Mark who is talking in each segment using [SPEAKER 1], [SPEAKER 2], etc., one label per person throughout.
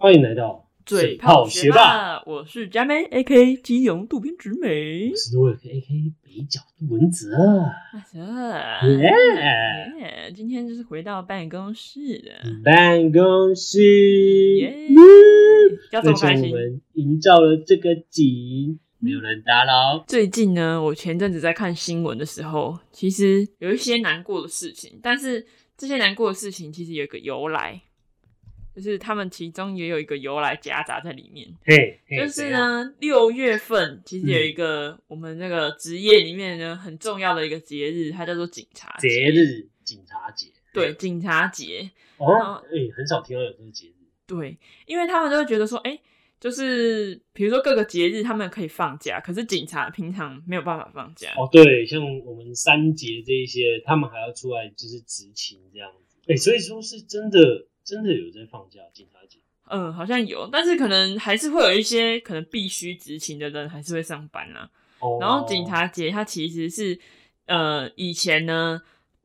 [SPEAKER 1] 欢迎来到
[SPEAKER 2] 嘴
[SPEAKER 1] 炮
[SPEAKER 2] 炮
[SPEAKER 1] 学
[SPEAKER 2] 学
[SPEAKER 1] 霸，
[SPEAKER 2] 霸，我是佳梅 A K 基隆渡边直 美
[SPEAKER 1] 我。是洛克 A K 北角杜文泽。
[SPEAKER 2] 啊噻
[SPEAKER 1] Yeah
[SPEAKER 2] 耶今天就是回到办公室的，
[SPEAKER 1] 办公室，
[SPEAKER 2] 嗯耶、要这
[SPEAKER 1] 而
[SPEAKER 2] 么开
[SPEAKER 1] 且
[SPEAKER 2] 心
[SPEAKER 1] 嗯我。们营造了这个景，没有人打扰。
[SPEAKER 2] 最近呢，我前阵子在看新闻的时候，其实有一些难过的事情，但是这些难过的事情其实有一个由来，就是他们其中也有一个由来夹杂在里面。
[SPEAKER 1] 嘿，嘿嗯
[SPEAKER 2] 就是，呢，六月份其实有一个、我们那个职业里面呢很重要的一个节日，它叫做警察
[SPEAKER 1] 怎样节日警察节。
[SPEAKER 2] 啊对，警察节，
[SPEAKER 1] 哦，哎、很少听到有这个节日。
[SPEAKER 2] 对，因为他们都会觉得说，哎、就是比如说各个节日他们可以放假，可是警察平常没有办法放假。
[SPEAKER 1] 哦，对，像我们三节这一些，他们还要出来就是执勤这样子。哎、所以说是真的，真的有在放假警察节。
[SPEAKER 2] 嗯，好像有，但是可能还是会有一些可能必须执勤的人还是会上班啦、
[SPEAKER 1] 哦，
[SPEAKER 2] 然后警察节它其实是呃以前呢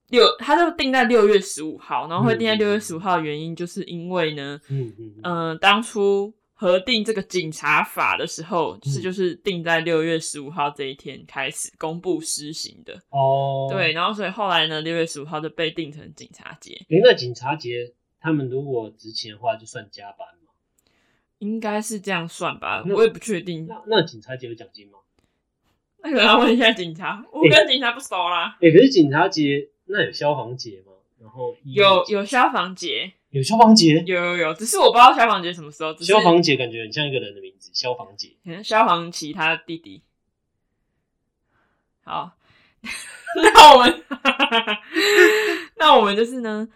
[SPEAKER 2] 六，它就定在六月十五号，然后会定在
[SPEAKER 1] 嗯
[SPEAKER 2] 六月十五号的原因就是因为呢，
[SPEAKER 1] 嗯，嗯嗯，
[SPEAKER 2] 嗯、当初核定这个警察法的时候，是
[SPEAKER 1] 嗯
[SPEAKER 2] 就是定在六月十五号这一天开始公布施行的。
[SPEAKER 1] 哦，
[SPEAKER 2] 对，然后所以后来呢，六月十五号就被定成警察节，
[SPEAKER 1] 诶，那警察节他们如果执勤的话，就算加班嘛？
[SPEAKER 2] 应该是这样算吧，
[SPEAKER 1] 那
[SPEAKER 2] 我也不确定。
[SPEAKER 1] 那那警察节有奖金吗？
[SPEAKER 2] 那可能要问一下警察，我跟警察不熟啦。
[SPEAKER 1] 诶，可是警察节那有消防节吗？然后医
[SPEAKER 2] 有有消防节，
[SPEAKER 1] 有消防节，
[SPEAKER 2] 有有有，只是我不知道消防节什么时候。只是
[SPEAKER 1] 消防节感觉很像一个人的名字，消防节。
[SPEAKER 2] 可能 消防旗他弟弟。好， 那我们， 那我们就是呢，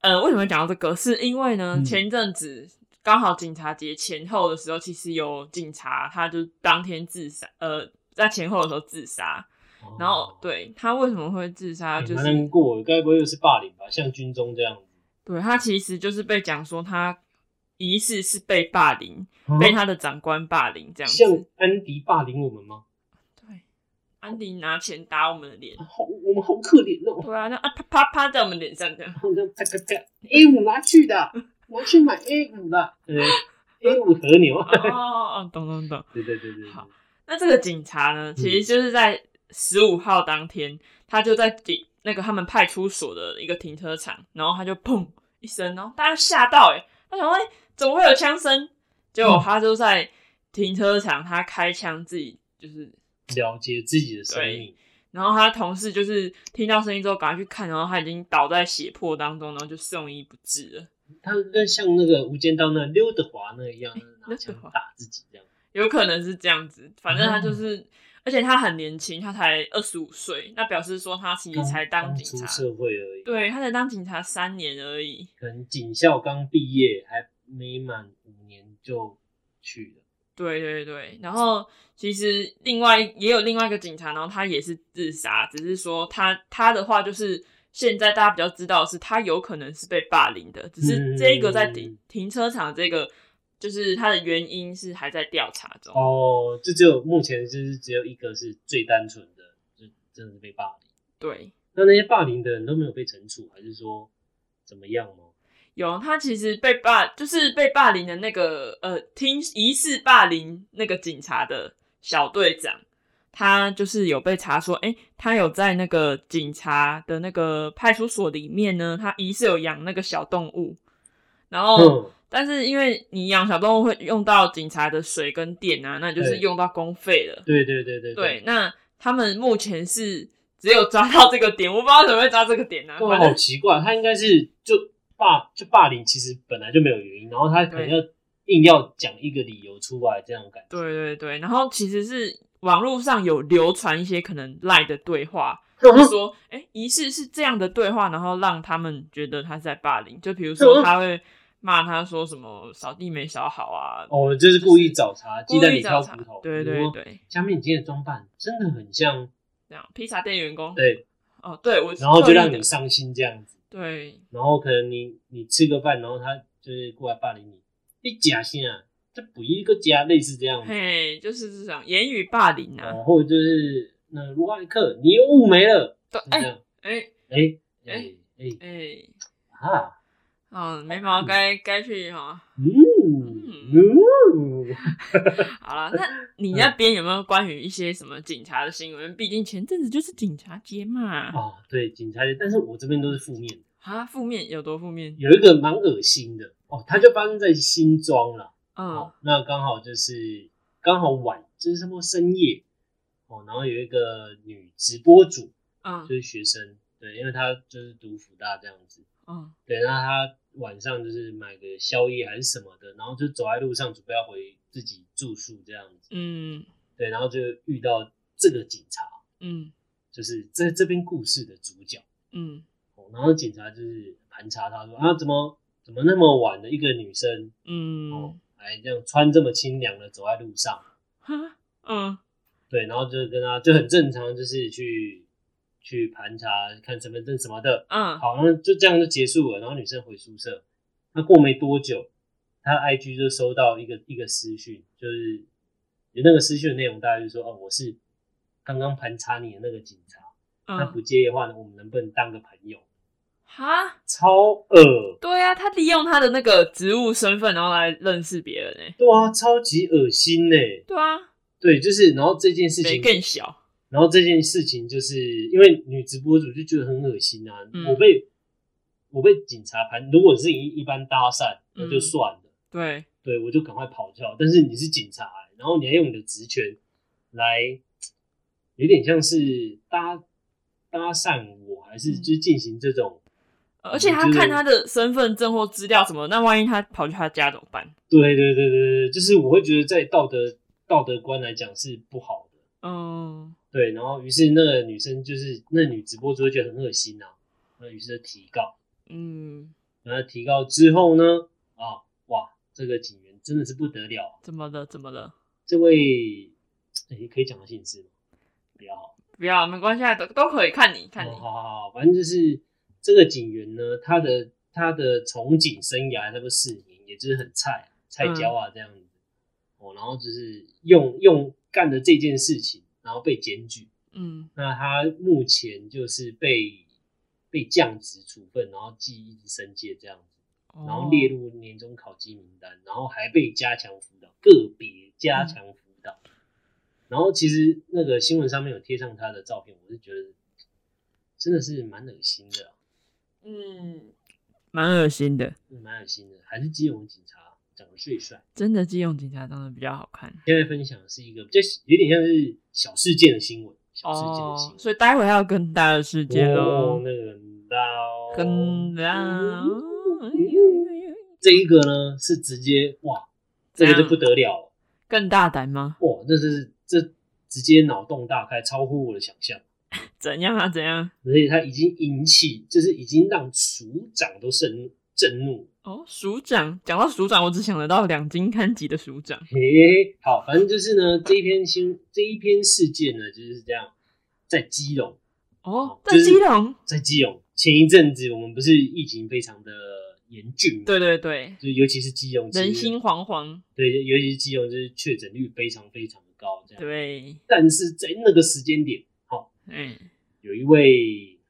[SPEAKER 2] 呃，为什么讲到这个？是因为呢，
[SPEAKER 1] 嗯
[SPEAKER 2] 前阵子刚好警察节前后的时候，其实有警察他就当天自杀，呃，在前后的时候自杀。
[SPEAKER 1] 哦
[SPEAKER 2] 然后，，对他为什么会自杀，
[SPEAKER 1] 诶
[SPEAKER 2] 就
[SPEAKER 1] 蛮
[SPEAKER 2] 是
[SPEAKER 1] 难过，该不会又是霸凌吧？像军中这样子，
[SPEAKER 2] 对他其实就是被讲说他疑似是被霸凌，
[SPEAKER 1] 啊
[SPEAKER 2] 被他的长官霸凌这样子。
[SPEAKER 1] 像安迪霸凌我们吗？
[SPEAKER 2] 对，哦安迪拿钱打我们的脸
[SPEAKER 1] 啊，好，我们好可怜哦，
[SPEAKER 2] 对啊，那啊啪啪啪在我们脸上这样。
[SPEAKER 1] 好像啪啪啪，A 五拿去 的，拿去买 A 五的，对，A 五和牛，
[SPEAKER 2] 哦哦，哦懂懂懂。嗯
[SPEAKER 1] 对对对对，对
[SPEAKER 2] 好那这个警察呢，其实就是在十五号当天，他就在警那个他们派出所的一个停车场，然后他就砰一声，然后大家吓到、欸，他想说、欸、怎么会有枪声？结果他就在停车场，他开枪自己就是。
[SPEAKER 1] 了解自己的生命。
[SPEAKER 2] 然后他同事就是听到声音之后，赶快去看，然后他已经倒在血泊当中，然后就送医不治了。
[SPEAKER 1] 他跟像那个《无间道》那刘德华那一 样，拿枪打自己这样。
[SPEAKER 2] 有可能是这样子，反正他
[SPEAKER 1] 哦
[SPEAKER 2] 就是，而且他很年轻，他才二十五岁，那表示说他其实才当
[SPEAKER 1] 刚
[SPEAKER 2] 警
[SPEAKER 1] 出
[SPEAKER 2] 察，
[SPEAKER 1] 社会而已，，
[SPEAKER 2] 对，他才当警察三年而已，
[SPEAKER 1] 可能警校刚毕业，还没满五年就去了。
[SPEAKER 2] 对对对。然后其实另外也有另外一个警察，然后他也是自杀，只是说他他的话就是现在大家比较知道的是他有可能是被霸凌的，只是这个在停
[SPEAKER 1] 嗯
[SPEAKER 2] 停车场这个就是他的原因是还在调查中，
[SPEAKER 1] 哦，就只有目前就是只有一个是最单纯的，就真的是被霸凌。
[SPEAKER 2] 对。
[SPEAKER 1] 那那些霸凌的人都没有被惩处，还是说怎么样吗？
[SPEAKER 2] 有，他其实被霸，就是被霸凌的那个呃，听疑似霸凌那个警察的小队长，他就是有被查说，诶、他有在那个警察的那个派出所里面呢，他疑似有养那个小动物，然后、
[SPEAKER 1] 嗯，
[SPEAKER 2] 但是因为你养小动物会用到警察的水跟电啊，那你就是
[SPEAKER 1] 对
[SPEAKER 2] 用到公费了，
[SPEAKER 1] 对对对对
[SPEAKER 2] 对，，那他们目前是只有抓到这个点，我不知道怎么会抓这个点呢、啊，
[SPEAKER 1] 对
[SPEAKER 2] 反
[SPEAKER 1] 啊，好
[SPEAKER 2] 正
[SPEAKER 1] 奇怪，他应该是就霸就霸凌，其实本来就没有原因，然后他可能要硬要讲一个理由出来，这样的感觉。
[SPEAKER 2] 对对对，然后其实是网络上有流传一些可能赖的对话，
[SPEAKER 1] 对
[SPEAKER 2] 就说哎、诶疑似是这样的对话，然后让他们觉得他是在霸凌。就比如说他会骂他说什么扫地没扫好啊，
[SPEAKER 1] 哦，就是故意找茬，鸡
[SPEAKER 2] 故
[SPEAKER 1] 蛋
[SPEAKER 2] 意
[SPEAKER 1] 里挑
[SPEAKER 2] 找茬
[SPEAKER 1] 骨头。，
[SPEAKER 2] 对对。对，
[SPEAKER 1] 下面你今天的装扮真的很像，
[SPEAKER 2] 这样披萨店员工，
[SPEAKER 1] 对，
[SPEAKER 2] 哦对，我是
[SPEAKER 1] 然后
[SPEAKER 2] 特
[SPEAKER 1] 就
[SPEAKER 2] 意
[SPEAKER 1] 让
[SPEAKER 2] 的
[SPEAKER 1] 你伤心这样子，
[SPEAKER 2] 对
[SPEAKER 1] 然后可能你你吃个饭，然后他就是过来霸凌你，你假性啊，这不一个家类似这样子，
[SPEAKER 2] 嘿，就是这种言语霸凌啊，
[SPEAKER 1] 然后就是那如外客你又雾没了，
[SPEAKER 2] 对，
[SPEAKER 1] 就这
[SPEAKER 2] 哎
[SPEAKER 1] 样，
[SPEAKER 2] 哎
[SPEAKER 1] 哎
[SPEAKER 2] 哎
[SPEAKER 1] 哎哎
[SPEAKER 2] 哎
[SPEAKER 1] 啊，
[SPEAKER 2] 嗯，眉毛该该去哈。嗯
[SPEAKER 1] 嗯 嗯，
[SPEAKER 2] 好 了，那你那边有没有关于一些什么警察的新闻？毕竟前阵子就是警察节嘛。
[SPEAKER 1] 哦，对，警察，但是我这边都是负面的，
[SPEAKER 2] 啊，负面有多负面？
[SPEAKER 1] 有一个蛮恶心的哦，它就发生在新庄啦。
[SPEAKER 2] 嗯
[SPEAKER 1] 哦，那刚好就是刚好晚，就是差不多深夜哦，然后有一个女直播主，
[SPEAKER 2] 嗯
[SPEAKER 1] 就是学生，对，因为她就是读福大这样子，
[SPEAKER 2] 嗯
[SPEAKER 1] 对，那她晚上就是买个宵夜还是什么的，然后就走在路上准备要回自己住宿这样子，
[SPEAKER 2] 嗯
[SPEAKER 1] 对，然后就遇到这个警察，
[SPEAKER 2] 嗯
[SPEAKER 1] 就是这这边故事的主角。
[SPEAKER 2] 嗯
[SPEAKER 1] 哦，然后警察就是盘查他说啊，怎么怎么那么晚的一个女生哦
[SPEAKER 2] 嗯，，
[SPEAKER 1] 还这样穿这么清凉的走在路上，
[SPEAKER 2] 哈，嗯
[SPEAKER 1] 对，然后就跟他就很正常，就是去去盘查看身份证什么的。
[SPEAKER 2] 嗯
[SPEAKER 1] 好，那就这样就结束了。然后女生回宿舍，那过没多久，她的 IG 就收到一个一个私讯，就是那个私讯的内容大概就是说，哦，我是刚刚盘查你的那个警察，他
[SPEAKER 2] 嗯，
[SPEAKER 1] 不介意的话呢，我们能不能当个朋友？
[SPEAKER 2] 哈，
[SPEAKER 1] 超恶。
[SPEAKER 2] 对啊，他利用他的那个职务身份，然后来认识别人哎。
[SPEAKER 1] 对啊，超级恶心呢、
[SPEAKER 2] 对啊，
[SPEAKER 1] 对，就是然后这件事
[SPEAKER 2] 没
[SPEAKER 1] 情，
[SPEAKER 2] 更小。
[SPEAKER 1] 然后这件事情就是因为女直播主就觉得很恶心啊，
[SPEAKER 2] 嗯
[SPEAKER 1] 我被我被警察盘，如果是一一般搭讪那
[SPEAKER 2] 嗯
[SPEAKER 1] 就算了，
[SPEAKER 2] 对，
[SPEAKER 1] 对我就赶快跑掉。但是你是警察、欸然后你还用你的职权来，有点像是搭搭讪我，还是
[SPEAKER 2] 嗯
[SPEAKER 1] 就进行这种、
[SPEAKER 2] 而且他
[SPEAKER 1] 哦就是
[SPEAKER 2] 看他的身份证或资料什么，那万一他跑去他家怎么办？
[SPEAKER 1] 对对对对对，就是我会觉得在道德道德观来讲是不好的。
[SPEAKER 2] 嗯
[SPEAKER 1] 对，然后于是那个女生就是那女直播主就觉得很恶心啊，那于是就提告，
[SPEAKER 2] 嗯，
[SPEAKER 1] 然后提告之后呢，啊，哇，这个警员真的是不得了啊，
[SPEAKER 2] 怎么了？怎么了？
[SPEAKER 1] 这位，诶可以讲他姓氏吗？不要，好哦
[SPEAKER 2] 不要，没关系啊，都都可以看你看你
[SPEAKER 1] 好。好好，反正就是这个警员呢，他的他的从警生涯差不多四年，也就是很菜菜椒
[SPEAKER 2] 嗯
[SPEAKER 1] 啊这样子，哦，然后就是用用干的这件事情，然后被检举，
[SPEAKER 2] 嗯
[SPEAKER 1] 那他目前就是被被降职处分，然后记一直申诫这样子，
[SPEAKER 2] 哦
[SPEAKER 1] 然后列入年终考绩名单，然后还被加强辅导，个别加强辅导。然后其实那个新闻上面有贴上他的照片，我是觉得真的是蛮恶心的啊、
[SPEAKER 2] 嗯，蛮恶心的。
[SPEAKER 1] 蛮恶心的。还是基隆警察长得最帅。
[SPEAKER 2] 真的，基用警察长得比较好看
[SPEAKER 1] 现在分享的是一个比较有点像是小事件的新闻，小事件的新闻。
[SPEAKER 2] 哦所以待会还有更大的事件
[SPEAKER 1] 哦
[SPEAKER 2] 喽，，
[SPEAKER 1] 那个很大哦，
[SPEAKER 2] 更大。哎
[SPEAKER 1] 这一个呢是直接哇，这
[SPEAKER 2] 怎
[SPEAKER 1] 个
[SPEAKER 2] 样
[SPEAKER 1] 就不得了了，
[SPEAKER 2] 更大胆吗？
[SPEAKER 1] 哇，这是这直接脑洞大开，超乎我的想象，
[SPEAKER 2] 怎样啊？怎样？
[SPEAKER 1] 而且他已经引起，就是已经让署长都震震怒。
[SPEAKER 2] 哦，署长，讲到署长，我只想得到两金刊集的署长。
[SPEAKER 1] 嘿，好，反正就是呢，这一篇新这一篇事件呢就是这样，在基隆，
[SPEAKER 2] 哦，在
[SPEAKER 1] 就是
[SPEAKER 2] 基隆，
[SPEAKER 1] 在基隆前一阵子我们不是疫情非常的严峻嘛，
[SPEAKER 2] 对对对，
[SPEAKER 1] 就尤其是基隆，其实
[SPEAKER 2] 人心惶惶，
[SPEAKER 1] 对，尤其是基隆就是确诊率非常非常的高，这样。
[SPEAKER 2] 对，
[SPEAKER 1] 但是在那个时间点，好、
[SPEAKER 2] 嗯，
[SPEAKER 1] 有一位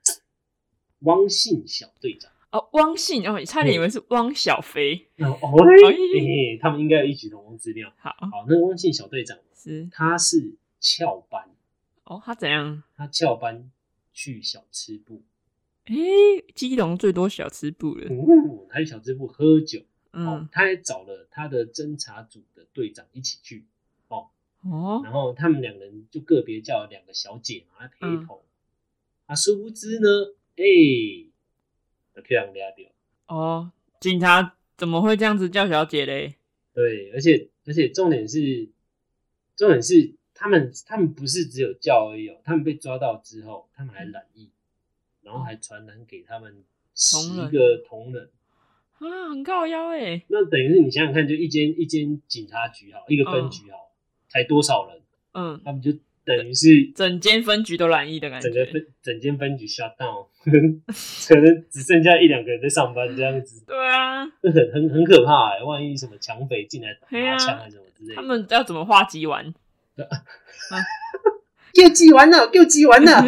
[SPEAKER 1] 汪姓小队长，
[SPEAKER 2] 哦，汪信，哦，差点以为是汪小菲。
[SPEAKER 1] 那 哦，
[SPEAKER 2] 哎
[SPEAKER 1] 哎他们应该有异曲同工之妙。
[SPEAKER 2] 好，
[SPEAKER 1] 好，那个汪姓小队长
[SPEAKER 2] 是，
[SPEAKER 1] 他是翘班，
[SPEAKER 2] 哦，他怎样？
[SPEAKER 1] 他翘班去小吃部，
[SPEAKER 2] 诶、基隆最多小吃部了。
[SPEAKER 1] 嗯，他去小吃部喝酒，哦
[SPEAKER 2] 嗯，，
[SPEAKER 1] 他还找了他的侦查组的队长一起去，
[SPEAKER 2] 哦，
[SPEAKER 1] 然后他们两人就个别叫了两个小姐嘛来陪
[SPEAKER 2] 嗯
[SPEAKER 1] 同。啊，殊不知呢，哎、就被人抓到。
[SPEAKER 2] 哦，警察怎么会这样子叫小姐嘞？
[SPEAKER 1] 对，而且而且重点是，重点是他们他们不是只有叫而已哦，他们被抓到之后，他们还
[SPEAKER 2] 嗯
[SPEAKER 1] 染疫，然后还传染给他们十
[SPEAKER 2] 同仁
[SPEAKER 1] 个同仁。
[SPEAKER 2] 啊，很靠腰哎、
[SPEAKER 1] 那等于是你想想看，就一间一间警察局好，一个分局好，才多少人，
[SPEAKER 2] 嗯，
[SPEAKER 1] 他们就等于是
[SPEAKER 2] 整间分局都染疫的感
[SPEAKER 1] 整个
[SPEAKER 2] 觉。
[SPEAKER 1] 分整间分局 shut down，可能只剩下一两个人在上班这样子，
[SPEAKER 2] 对啊，
[SPEAKER 1] 这很很很可怕、欸。万一什么抢匪进来
[SPEAKER 2] 对啊
[SPEAKER 1] 拿枪还是什么之类的，
[SPEAKER 2] 他们要怎么化鸡丸？
[SPEAKER 1] 给我挤完了，给我挤完了。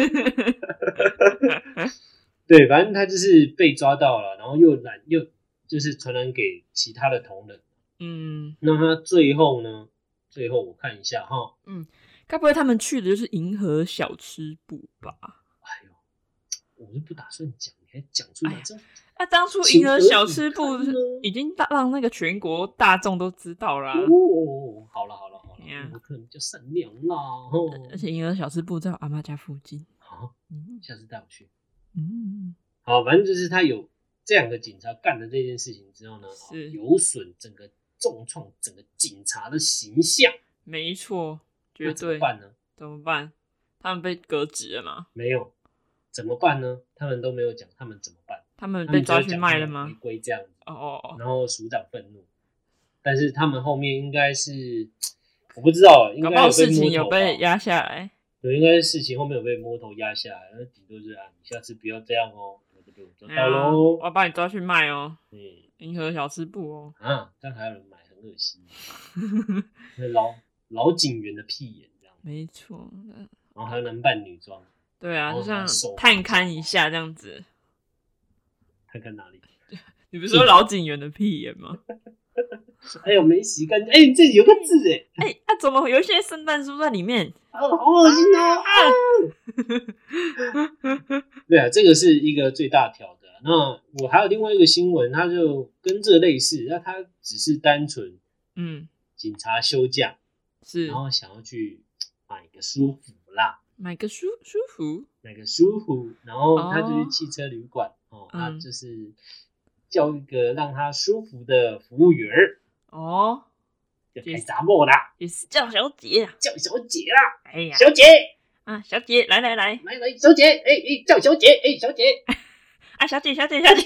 [SPEAKER 1] 对，反正他就是被抓到了，然后又染又就是传染给其他的同仁。
[SPEAKER 2] 嗯，
[SPEAKER 1] 那他最后呢？最后我看一下哈，
[SPEAKER 2] 该不会他们去的就是银河小吃部吧？
[SPEAKER 1] 哎呦，我就不打算讲，你还讲出
[SPEAKER 2] 哎
[SPEAKER 1] 来
[SPEAKER 2] 呀
[SPEAKER 1] 这
[SPEAKER 2] 那当初
[SPEAKER 1] 情
[SPEAKER 2] 银河
[SPEAKER 1] 何
[SPEAKER 2] 小
[SPEAKER 1] 以
[SPEAKER 2] 吃部
[SPEAKER 1] 堪呢
[SPEAKER 2] 已经大让那个全国大众都知道啦、
[SPEAKER 1] 哦，好了好了好了
[SPEAKER 2] 怎样，
[SPEAKER 1] 我可能比较善良啦。哦
[SPEAKER 2] 哎呃而且银河小吃部在我阿妈家附近。
[SPEAKER 1] 好，
[SPEAKER 2] 嗯
[SPEAKER 1] 下次带我去。
[SPEAKER 2] 嗯，
[SPEAKER 1] 好，反正就是他有这两个警察干了这件事情之后呢，哦
[SPEAKER 2] 是
[SPEAKER 1] 有损整个重创整个警察的形象，
[SPEAKER 2] 没错，绝
[SPEAKER 1] 那怎
[SPEAKER 2] 对
[SPEAKER 1] 么。办呢？
[SPEAKER 2] 怎么办？他们被革职了吗？
[SPEAKER 1] 没有，怎么办呢？他们都没有讲他们怎么办，
[SPEAKER 2] 他们
[SPEAKER 1] 他
[SPEAKER 2] 被
[SPEAKER 1] 们
[SPEAKER 2] 抓
[SPEAKER 1] 只有
[SPEAKER 2] 去
[SPEAKER 1] 讲嗯
[SPEAKER 2] 卖了
[SPEAKER 1] 他们
[SPEAKER 2] 吗
[SPEAKER 1] 违？规这样子，
[SPEAKER 2] 哦哦哦，
[SPEAKER 1] 然后署长愤怒，但是他们后面应该是我不知道，应
[SPEAKER 2] 搞不
[SPEAKER 1] 该
[SPEAKER 2] 好
[SPEAKER 1] 有被
[SPEAKER 2] 事情
[SPEAKER 1] 摸
[SPEAKER 2] 有
[SPEAKER 1] 头
[SPEAKER 2] 被
[SPEAKER 1] 吧
[SPEAKER 2] 压下来。
[SPEAKER 1] 对，应该是事情后面有被摸头压下来，那顶多就是啊，你下次不要这样哦，我就被我抓
[SPEAKER 2] 哎
[SPEAKER 1] 到
[SPEAKER 2] 呀
[SPEAKER 1] 喽
[SPEAKER 2] 我。要把你抓去卖哦，
[SPEAKER 1] 嗯
[SPEAKER 2] 银河小吃部哦。
[SPEAKER 1] 啊，但还有人买，很恶心。那老老警员的屁眼这样，
[SPEAKER 2] 没错，
[SPEAKER 1] 然后还有男扮女装，
[SPEAKER 2] 对啊，
[SPEAKER 1] 然
[SPEAKER 2] 就
[SPEAKER 1] 后
[SPEAKER 2] 像
[SPEAKER 1] 拿手
[SPEAKER 2] 探勘一下这样子。
[SPEAKER 1] 看看哪里。
[SPEAKER 2] 你不是
[SPEAKER 1] 嗯
[SPEAKER 2] 说老警员的屁眼 吗？
[SPEAKER 1] 哎呦，没洗干净，哎，你这里有个字哎，
[SPEAKER 2] 哎、啊，怎么有一些圣诞树在里面？
[SPEAKER 1] 啊，好恶心哦。啊对啊，这个是一个最大条的啊。那我还有另外一个新闻，它就跟这类似，那它只是单纯
[SPEAKER 2] 嗯，
[SPEAKER 1] 警察休假，
[SPEAKER 2] 是
[SPEAKER 1] 然后想要去买个舒服啦，
[SPEAKER 2] 买个舒舒服，
[SPEAKER 1] 买个舒服，然后他就
[SPEAKER 2] 哦
[SPEAKER 1] 去汽车旅馆哦，
[SPEAKER 2] 嗯
[SPEAKER 1] 那、就是叫一个让他舒服的服务员儿，
[SPEAKER 2] 哦，
[SPEAKER 1] 就
[SPEAKER 2] 也
[SPEAKER 1] 开
[SPEAKER 2] 是
[SPEAKER 1] 闸门啦，
[SPEAKER 2] 也是叫小姐啊。
[SPEAKER 1] 叫小姐啦，
[SPEAKER 2] 哎呀，
[SPEAKER 1] 小姐，
[SPEAKER 2] 啊，小姐，来来来，
[SPEAKER 1] 来来，小姐，哎、哎、叫小姐，哎、小姐，
[SPEAKER 2] 啊，小姐，小姐，小姐，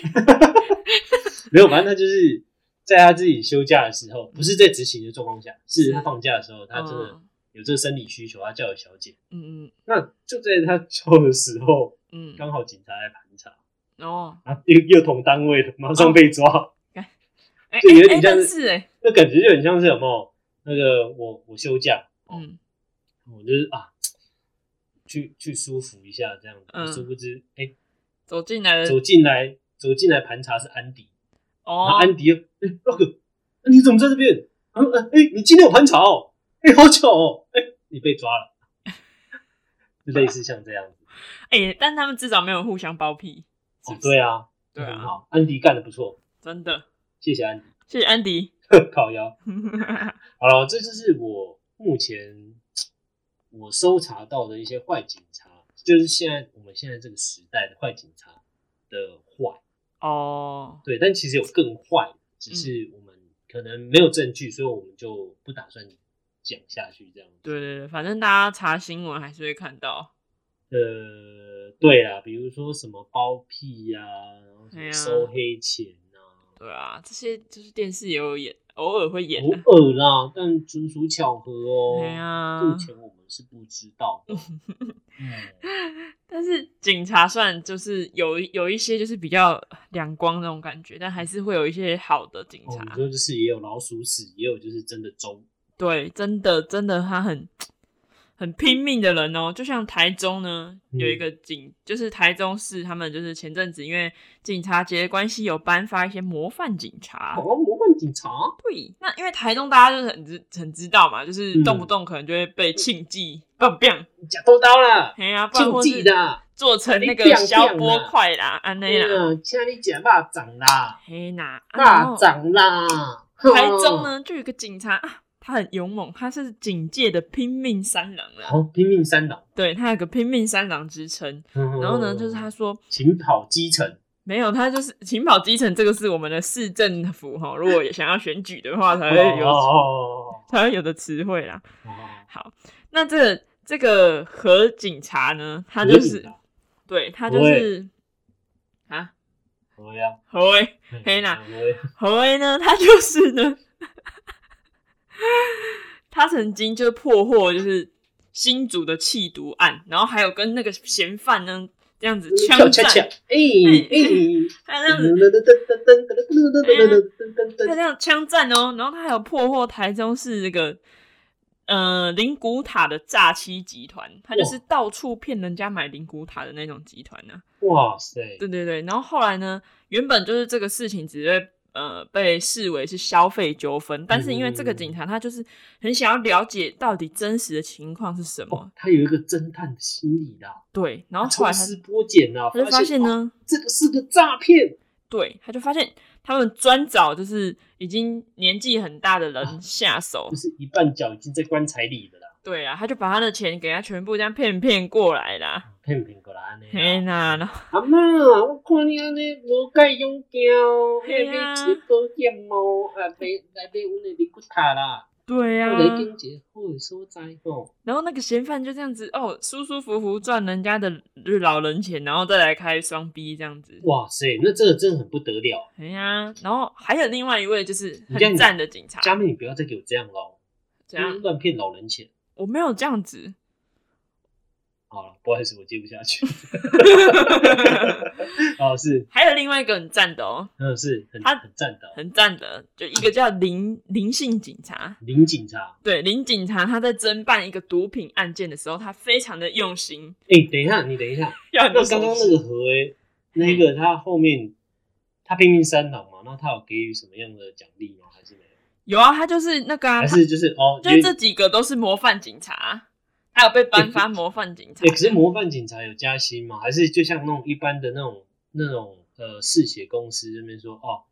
[SPEAKER 1] 没有，反正他就是在他自己休假的时候，不是在执行的状况下，是他放假的时候，他真的
[SPEAKER 2] 嗯
[SPEAKER 1] 有这个生理需求，他叫了小姐。
[SPEAKER 2] 嗯
[SPEAKER 1] 那就在他叫的时候，
[SPEAKER 2] 嗯嗯，
[SPEAKER 1] 刚好警察来盘查，
[SPEAKER 2] 哦，
[SPEAKER 1] 啊，又又同单位的，马上被抓。
[SPEAKER 2] 哎、
[SPEAKER 1] 就有点
[SPEAKER 2] 哎哎
[SPEAKER 1] 像
[SPEAKER 2] 但
[SPEAKER 1] 是
[SPEAKER 2] 是哎、
[SPEAKER 1] 那感觉就很像是什么？那个我我休假，
[SPEAKER 2] 嗯，
[SPEAKER 1] 我就是啊，去去舒服一下这样子。
[SPEAKER 2] 嗯呃
[SPEAKER 1] 殊不知，哎、
[SPEAKER 2] 走进来
[SPEAKER 1] 走
[SPEAKER 2] 了，
[SPEAKER 1] 进来走进来盘查是安迪，然后
[SPEAKER 2] 哦，
[SPEAKER 1] 安迪又，哎、那 r o c k 你怎么在这边？嗯嗯，哎、你今天有盘查哦，哎、好巧哦，哎、你被抓了，就类似像这样子。
[SPEAKER 2] 哎、但他们至少没有互相包庇，是
[SPEAKER 1] 哦
[SPEAKER 2] 不，是
[SPEAKER 1] 对啊，
[SPEAKER 2] 对
[SPEAKER 1] 很
[SPEAKER 2] 啊，
[SPEAKER 1] 好，安迪干的不错，
[SPEAKER 2] 真的，
[SPEAKER 1] 谢谢安迪，
[SPEAKER 2] 谢谢安迪，
[SPEAKER 1] 靠腰。好了，这就是我目前我搜查到的一些坏警察，就是现在我们现在这个时代的坏警察的坏。
[SPEAKER 2] 哦，
[SPEAKER 1] 对，但其实有更坏，只
[SPEAKER 2] 嗯
[SPEAKER 1] 是我们可能没有证据，所以我们就不打算讲下去这样。
[SPEAKER 2] 对对对，反正大家查新闻还是会看到，
[SPEAKER 1] 呃，对啦，比如说什么包庇呀、然后什
[SPEAKER 2] 哎呀
[SPEAKER 1] 么收黑钱啊，
[SPEAKER 2] 对啊，这些就是电视也有演，偶尔会演、啊，
[SPEAKER 1] 偶尔啦，但纯属巧合哦。
[SPEAKER 2] 哎呀
[SPEAKER 1] 目前我们是不知道 的。嗯。
[SPEAKER 2] 但是警察算就是有有一些就是比较两光那种感觉，但还是会有一些好的警
[SPEAKER 1] 哦，你
[SPEAKER 2] 察。
[SPEAKER 1] 说就是也有老鼠屎，也有就是真的粥。
[SPEAKER 2] 对，真的真的他很很拼命的人哦。就像台中呢
[SPEAKER 1] 嗯
[SPEAKER 2] 有一个警，就是台中市他们就是前阵子因为警察节的关系有颁发一些模范警察。
[SPEAKER 1] 哦，魔幻警察，
[SPEAKER 2] 对，那因为台中大家就是很知很知道嘛，就是
[SPEAKER 1] 嗯
[SPEAKER 2] 动不动可能就会被庆忌，棒棒，
[SPEAKER 1] 假偷刀啦，
[SPEAKER 2] 哎呀，不然
[SPEAKER 1] 禁
[SPEAKER 2] 或
[SPEAKER 1] 忌
[SPEAKER 2] 是
[SPEAKER 1] 啦，
[SPEAKER 2] 做成那个
[SPEAKER 1] 你棒棒啊
[SPEAKER 2] 消波块啦，安内啦，
[SPEAKER 1] 嗯，请你假霸掌啦，
[SPEAKER 2] 嘿啦，哎啊然
[SPEAKER 1] 霸
[SPEAKER 2] 后
[SPEAKER 1] 掌啦。
[SPEAKER 2] 台
[SPEAKER 1] 哦
[SPEAKER 2] 中呢，就有一个警察啊，他很勇猛，他是警界的拼命三郎
[SPEAKER 1] 哦？
[SPEAKER 2] 啦。
[SPEAKER 1] 好，拼命三郎。
[SPEAKER 2] 对他有个拼命三郎之称。然
[SPEAKER 1] 然
[SPEAKER 2] 后呢，就是
[SPEAKER 1] 哦
[SPEAKER 2] 他说
[SPEAKER 1] 勤跑基层，
[SPEAKER 2] 没有，他就是勤跑基层，这个是我们的市政府哈，如果也想要选举的话，才会有、
[SPEAKER 1] 哦
[SPEAKER 2] 才会有的词汇啦。
[SPEAKER 1] 哦哦，
[SPEAKER 2] 好，那这个这个何警察呢，他
[SPEAKER 1] 他
[SPEAKER 2] 就是对他就是啊
[SPEAKER 1] 对呀，
[SPEAKER 2] 何威黑啦，
[SPEAKER 1] 对
[SPEAKER 2] 何威呢，他就是呢，他曾经就破获就是新竹的弃毒案，然后还有跟那个嫌犯呢这样子枪
[SPEAKER 1] 跳恰恰，
[SPEAKER 2] 战，
[SPEAKER 1] 哎哎，
[SPEAKER 2] 他这样子。
[SPEAKER 1] 噔噔噔噔噔噔噔噔噔
[SPEAKER 2] 他这样枪战哦，然后他还有破获台中市这个呃灵骨塔的诈欺集团，他就是
[SPEAKER 1] 哇
[SPEAKER 2] 到处骗人家买灵骨塔的那种集团呢、啊
[SPEAKER 1] 哇塞，
[SPEAKER 2] 对对对，然后后来呢，原本就是这个事情只是呃被视为是消费纠纷，但是因为这个
[SPEAKER 1] 嗯
[SPEAKER 2] 警察他就是很想要了解到底真实的情况是什么，
[SPEAKER 1] 他有一个侦探的心理啦，
[SPEAKER 2] 对，然后后
[SPEAKER 1] 抽
[SPEAKER 2] 来他
[SPEAKER 1] 丝剥茧啊，
[SPEAKER 2] 他就发现
[SPEAKER 1] 现哦
[SPEAKER 2] 呢，
[SPEAKER 1] 这个是个诈骗，
[SPEAKER 2] 对，他就发现他们专找就是已经年纪很大的人下手
[SPEAKER 1] 就，是一半脚已经在棺材里的啦，
[SPEAKER 2] 对啊，他就把他的钱给他全部这样骗骗过来啦，
[SPEAKER 1] 骗骗过来安尼啦。
[SPEAKER 2] 嘿呐，然后
[SPEAKER 1] 阿嬷，我看你安尼无介勇敢，
[SPEAKER 2] 嘿
[SPEAKER 1] 要
[SPEAKER 2] 啊
[SPEAKER 1] 买一个保险哦，啊买来买阮的尼骨塔啦，
[SPEAKER 2] 对
[SPEAKER 1] 我
[SPEAKER 2] 啊，
[SPEAKER 1] 来拣一个好的所在吼。
[SPEAKER 2] 然后那个嫌犯就这样子哦，舒舒服服赚人家的就是老人钱，然后再来开双 B 这样子。
[SPEAKER 1] 哇塞，那这个真的很不得了，
[SPEAKER 2] 哎呀，然后还有另外一位就是
[SPEAKER 1] 你这样嗯
[SPEAKER 2] 很赞的警察，
[SPEAKER 1] 佳妹你不要再给我这样咯，
[SPEAKER 2] 怎样？
[SPEAKER 1] 乱骗老人钱。
[SPEAKER 2] 我没有这 样子，
[SPEAKER 1] 好了，哦不好意思，我接不下 去。哦，是，
[SPEAKER 2] 还有另外一个很赞的哦，
[SPEAKER 1] 嗯，是很
[SPEAKER 2] 他
[SPEAKER 1] 很赞的。哦
[SPEAKER 2] 很赞的，就一个叫林林姓警察，
[SPEAKER 1] 林警察，
[SPEAKER 2] 对林警察他在侦办一个毒品案件的时候，他非常的用心，
[SPEAKER 1] 哎、等一下，你等一下，
[SPEAKER 2] 要很
[SPEAKER 1] 那
[SPEAKER 2] 多
[SPEAKER 1] 刚刚那
[SPEAKER 2] 手指
[SPEAKER 1] 个何诶，那
[SPEAKER 2] 嗯
[SPEAKER 1] 个他后面他拼命三郎嘛，那他有给予什么样的奖励吗？还是没有？
[SPEAKER 2] 有啊，他就是那个、啊，
[SPEAKER 1] 还是就是哦，
[SPEAKER 2] 他
[SPEAKER 1] 因
[SPEAKER 2] 就
[SPEAKER 1] 为
[SPEAKER 2] 这几个都是模范警察，还有被颁发模范警察
[SPEAKER 1] 欸，可是模范警察有加薪吗？还是就像那种一般的那种那种呃嗜血公司这边说哦，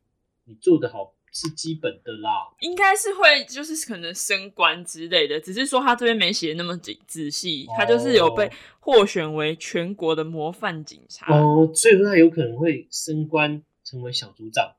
[SPEAKER 1] 你做的好是基本的啦，
[SPEAKER 2] 应该是会，就是可能升官之类的，只是说他这边没写那么仔仔细
[SPEAKER 1] 哦，
[SPEAKER 2] 他就是有被获选为全国的模范警察。
[SPEAKER 1] 哦，所以说他有可能会升官成为小组长，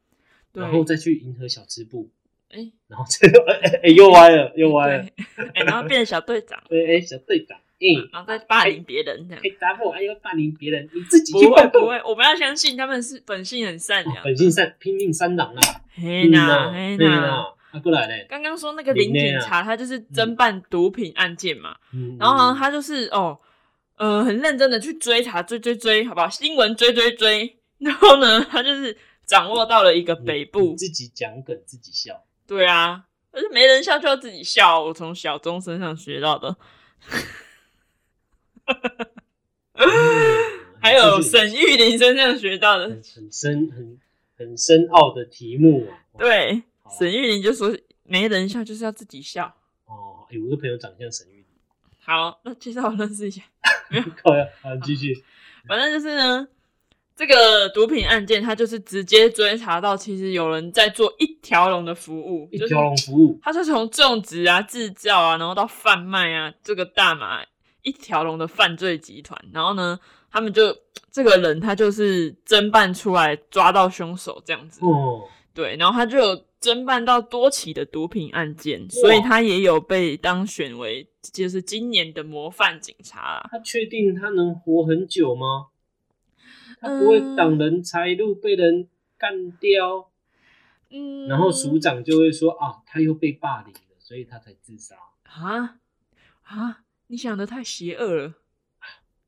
[SPEAKER 2] 对，
[SPEAKER 1] 然后再去迎合小吃部，
[SPEAKER 2] 哎、
[SPEAKER 1] 然后再哎、哎又歪了又歪了，
[SPEAKER 2] 对， 哎、然后变成小队长，
[SPEAKER 1] 哎哎、小队长，嗯，
[SPEAKER 2] 然后再霸凌别人这样
[SPEAKER 1] 哎、。打破还要霸凌别人，你自己
[SPEAKER 2] 不
[SPEAKER 1] 去
[SPEAKER 2] 会
[SPEAKER 1] 办
[SPEAKER 2] 不
[SPEAKER 1] 公，
[SPEAKER 2] 会，我们要相信他们是本性很善良。
[SPEAKER 1] 哦本性善拼命三郎啦，
[SPEAKER 2] 嘿
[SPEAKER 1] 嗯
[SPEAKER 2] 呐
[SPEAKER 1] 呐
[SPEAKER 2] 嘿
[SPEAKER 1] 对
[SPEAKER 2] 呐，
[SPEAKER 1] 啦，啊过来嘞，
[SPEAKER 2] 刚刚说那个林警察，他就是侦办毒品案件嘛，
[SPEAKER 1] 嗯
[SPEAKER 2] 然后呢，他就是哦，呃，很认真的去追查，追追追，好不好？新闻追追追，然后呢，他就是掌握到了一个
[SPEAKER 1] 你
[SPEAKER 2] 北
[SPEAKER 1] 你
[SPEAKER 2] 部，
[SPEAKER 1] 自己讲梗自己笑。
[SPEAKER 2] 对啊，而且没人笑就要自己笑，我从小钟身上学到的。
[SPEAKER 1] 嗯
[SPEAKER 2] 还有
[SPEAKER 1] 这是嗯
[SPEAKER 2] 沈玉玲身上学到的
[SPEAKER 1] 很，很深很很深奥的题目啊。
[SPEAKER 2] 对，
[SPEAKER 1] 好啊
[SPEAKER 2] 沈玉玲就说没人笑就是要自己笑。
[SPEAKER 1] 哦，有一个朋友长相沈玉玲，
[SPEAKER 2] 好，那介绍我认识一下，
[SPEAKER 1] 靠呀，啊，继续，
[SPEAKER 2] 反正就是呢。这个毒品案件，他就是直接追查到，其实有人在做一条龙的服务，
[SPEAKER 1] 一
[SPEAKER 2] 就是
[SPEAKER 1] 条龙服务，
[SPEAKER 2] 它是从种植啊、制造啊，然后到贩卖啊，这个大麻一条龙的犯罪集团。然后呢，他们就这个人他就是侦办出来抓到凶手这样子，
[SPEAKER 1] 哦，
[SPEAKER 2] 对，然后他就有侦办到多起的毒品案件，所以他也有被当选为就是今年的模范警察啊。
[SPEAKER 1] 他确定他能活很久吗？他不会挡人财路被人干掉，
[SPEAKER 2] 嗯，
[SPEAKER 1] 然后署长就会说啊，他又被霸凌了，所以他才自杀。
[SPEAKER 2] 啊啊，你想的太邪恶了，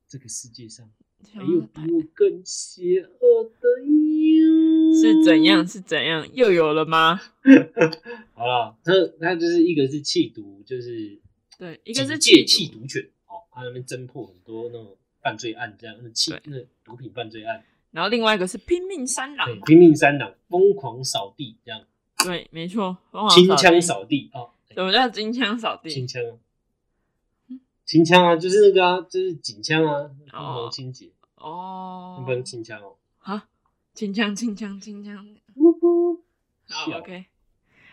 [SPEAKER 1] 这个世界上
[SPEAKER 2] 你
[SPEAKER 1] 还
[SPEAKER 2] 想
[SPEAKER 1] 有
[SPEAKER 2] 得太
[SPEAKER 1] 比我更邪恶的哟。
[SPEAKER 2] 是怎样？是怎样？又有了吗？
[SPEAKER 1] 好了，他他就是一个是弃毒，就是
[SPEAKER 2] 对，一个是
[SPEAKER 1] 警戒
[SPEAKER 2] 气
[SPEAKER 1] 弃毒犬，哦，他那边侦破很多那种犯罪案，这样那弃
[SPEAKER 2] 对
[SPEAKER 1] 那毒品犯罪案，
[SPEAKER 2] 然后另外一个是拼命三郎
[SPEAKER 1] 对，，拼命三郎疯狂扫地，这样
[SPEAKER 2] 对，没错，疯狂
[SPEAKER 1] 清
[SPEAKER 2] 地
[SPEAKER 1] 枪。扫地哦，
[SPEAKER 2] 什么叫金枪扫
[SPEAKER 1] 清
[SPEAKER 2] 地？
[SPEAKER 1] 枪啊，清枪啊，就是那个啊，就是警枪啊，疯
[SPEAKER 2] 嗯哦
[SPEAKER 1] 狂清洁，
[SPEAKER 2] 哦
[SPEAKER 1] 那，不能清枪哦。
[SPEAKER 2] 啊，清枪，清枪，清枪。哦好
[SPEAKER 1] 笑
[SPEAKER 2] ，OK，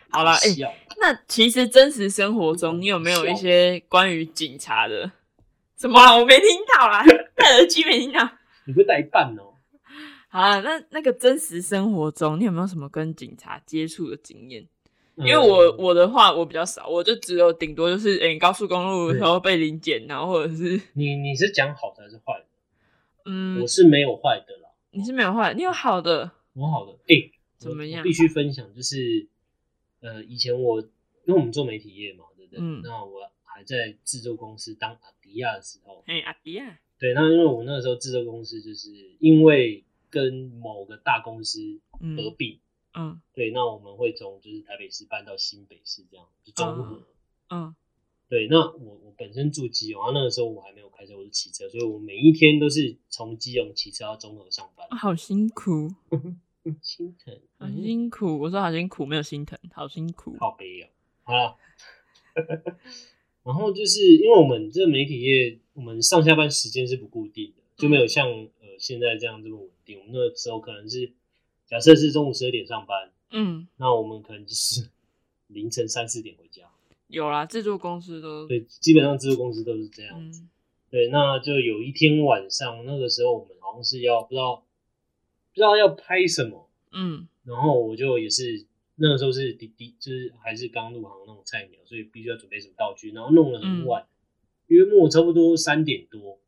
[SPEAKER 2] 好啦，哎、
[SPEAKER 1] 笑
[SPEAKER 2] 那其实真实生活中，你有没有一些关于警察的？什么啊、我没听到啦，戴耳机没听到。
[SPEAKER 1] 你不带办哦？
[SPEAKER 2] 好啦，那那个真实生活中，你有没有什么跟警察接触的经验？
[SPEAKER 1] 因
[SPEAKER 2] 因为我
[SPEAKER 1] 嗯
[SPEAKER 2] 我的话我比较少，我就只有顶多就是，哎、高速公路的时候被临检，然后或者是，
[SPEAKER 1] 你你是讲好的还是坏的？
[SPEAKER 2] 嗯
[SPEAKER 1] 我，是没有坏的啦，
[SPEAKER 2] 你是没有坏，你有好的，
[SPEAKER 1] 我好的。哎、
[SPEAKER 2] 怎么样
[SPEAKER 1] 我必须分享，就是呃，以前我因为我们做媒体业嘛，对不对？
[SPEAKER 2] 嗯
[SPEAKER 1] 那我还在制作公司当阿迪亚的时候，
[SPEAKER 2] 哎，阿迪啊，
[SPEAKER 1] 对，那因为我那时候制作公司就是因为跟某个大公司
[SPEAKER 2] 嗯
[SPEAKER 1] 合并，
[SPEAKER 2] 嗯
[SPEAKER 1] 对，那我们会从就是台北市搬到新北市这样，就中和。
[SPEAKER 2] 嗯嗯
[SPEAKER 1] 对，那我我本身住基隆，然后那个时候我还没有开车，我是骑
[SPEAKER 2] 哦
[SPEAKER 1] 车，所以我每一天都是从基隆骑车到中和上班。
[SPEAKER 2] 好辛苦，
[SPEAKER 1] 嗯心疼，
[SPEAKER 2] 好
[SPEAKER 1] 嗯
[SPEAKER 2] 辛苦。我说好辛苦，没有心疼，好辛苦。
[SPEAKER 1] 好悲哦。好了， 然后就是因为我们这媒体业，我们上下班时间是不固定的，就没有像呃现在这样这么稳定。我们那时候可能是假设是中午十二点上班，
[SPEAKER 2] 嗯，
[SPEAKER 1] 那我们可能就是凌晨三四点回家。
[SPEAKER 2] 有啦，制作公司都
[SPEAKER 1] 对，基本上制作公司都是这样子。
[SPEAKER 2] 嗯
[SPEAKER 1] 对，那就有一天晚上，那个时候我们好像是要不知道不知道要拍什么，
[SPEAKER 2] 嗯
[SPEAKER 1] 然后我就也是那个时候是滴滴，就是还是刚入行那种菜鸟，所以必须要准备什么道具，然后弄了很晚，约莫差不多三点多，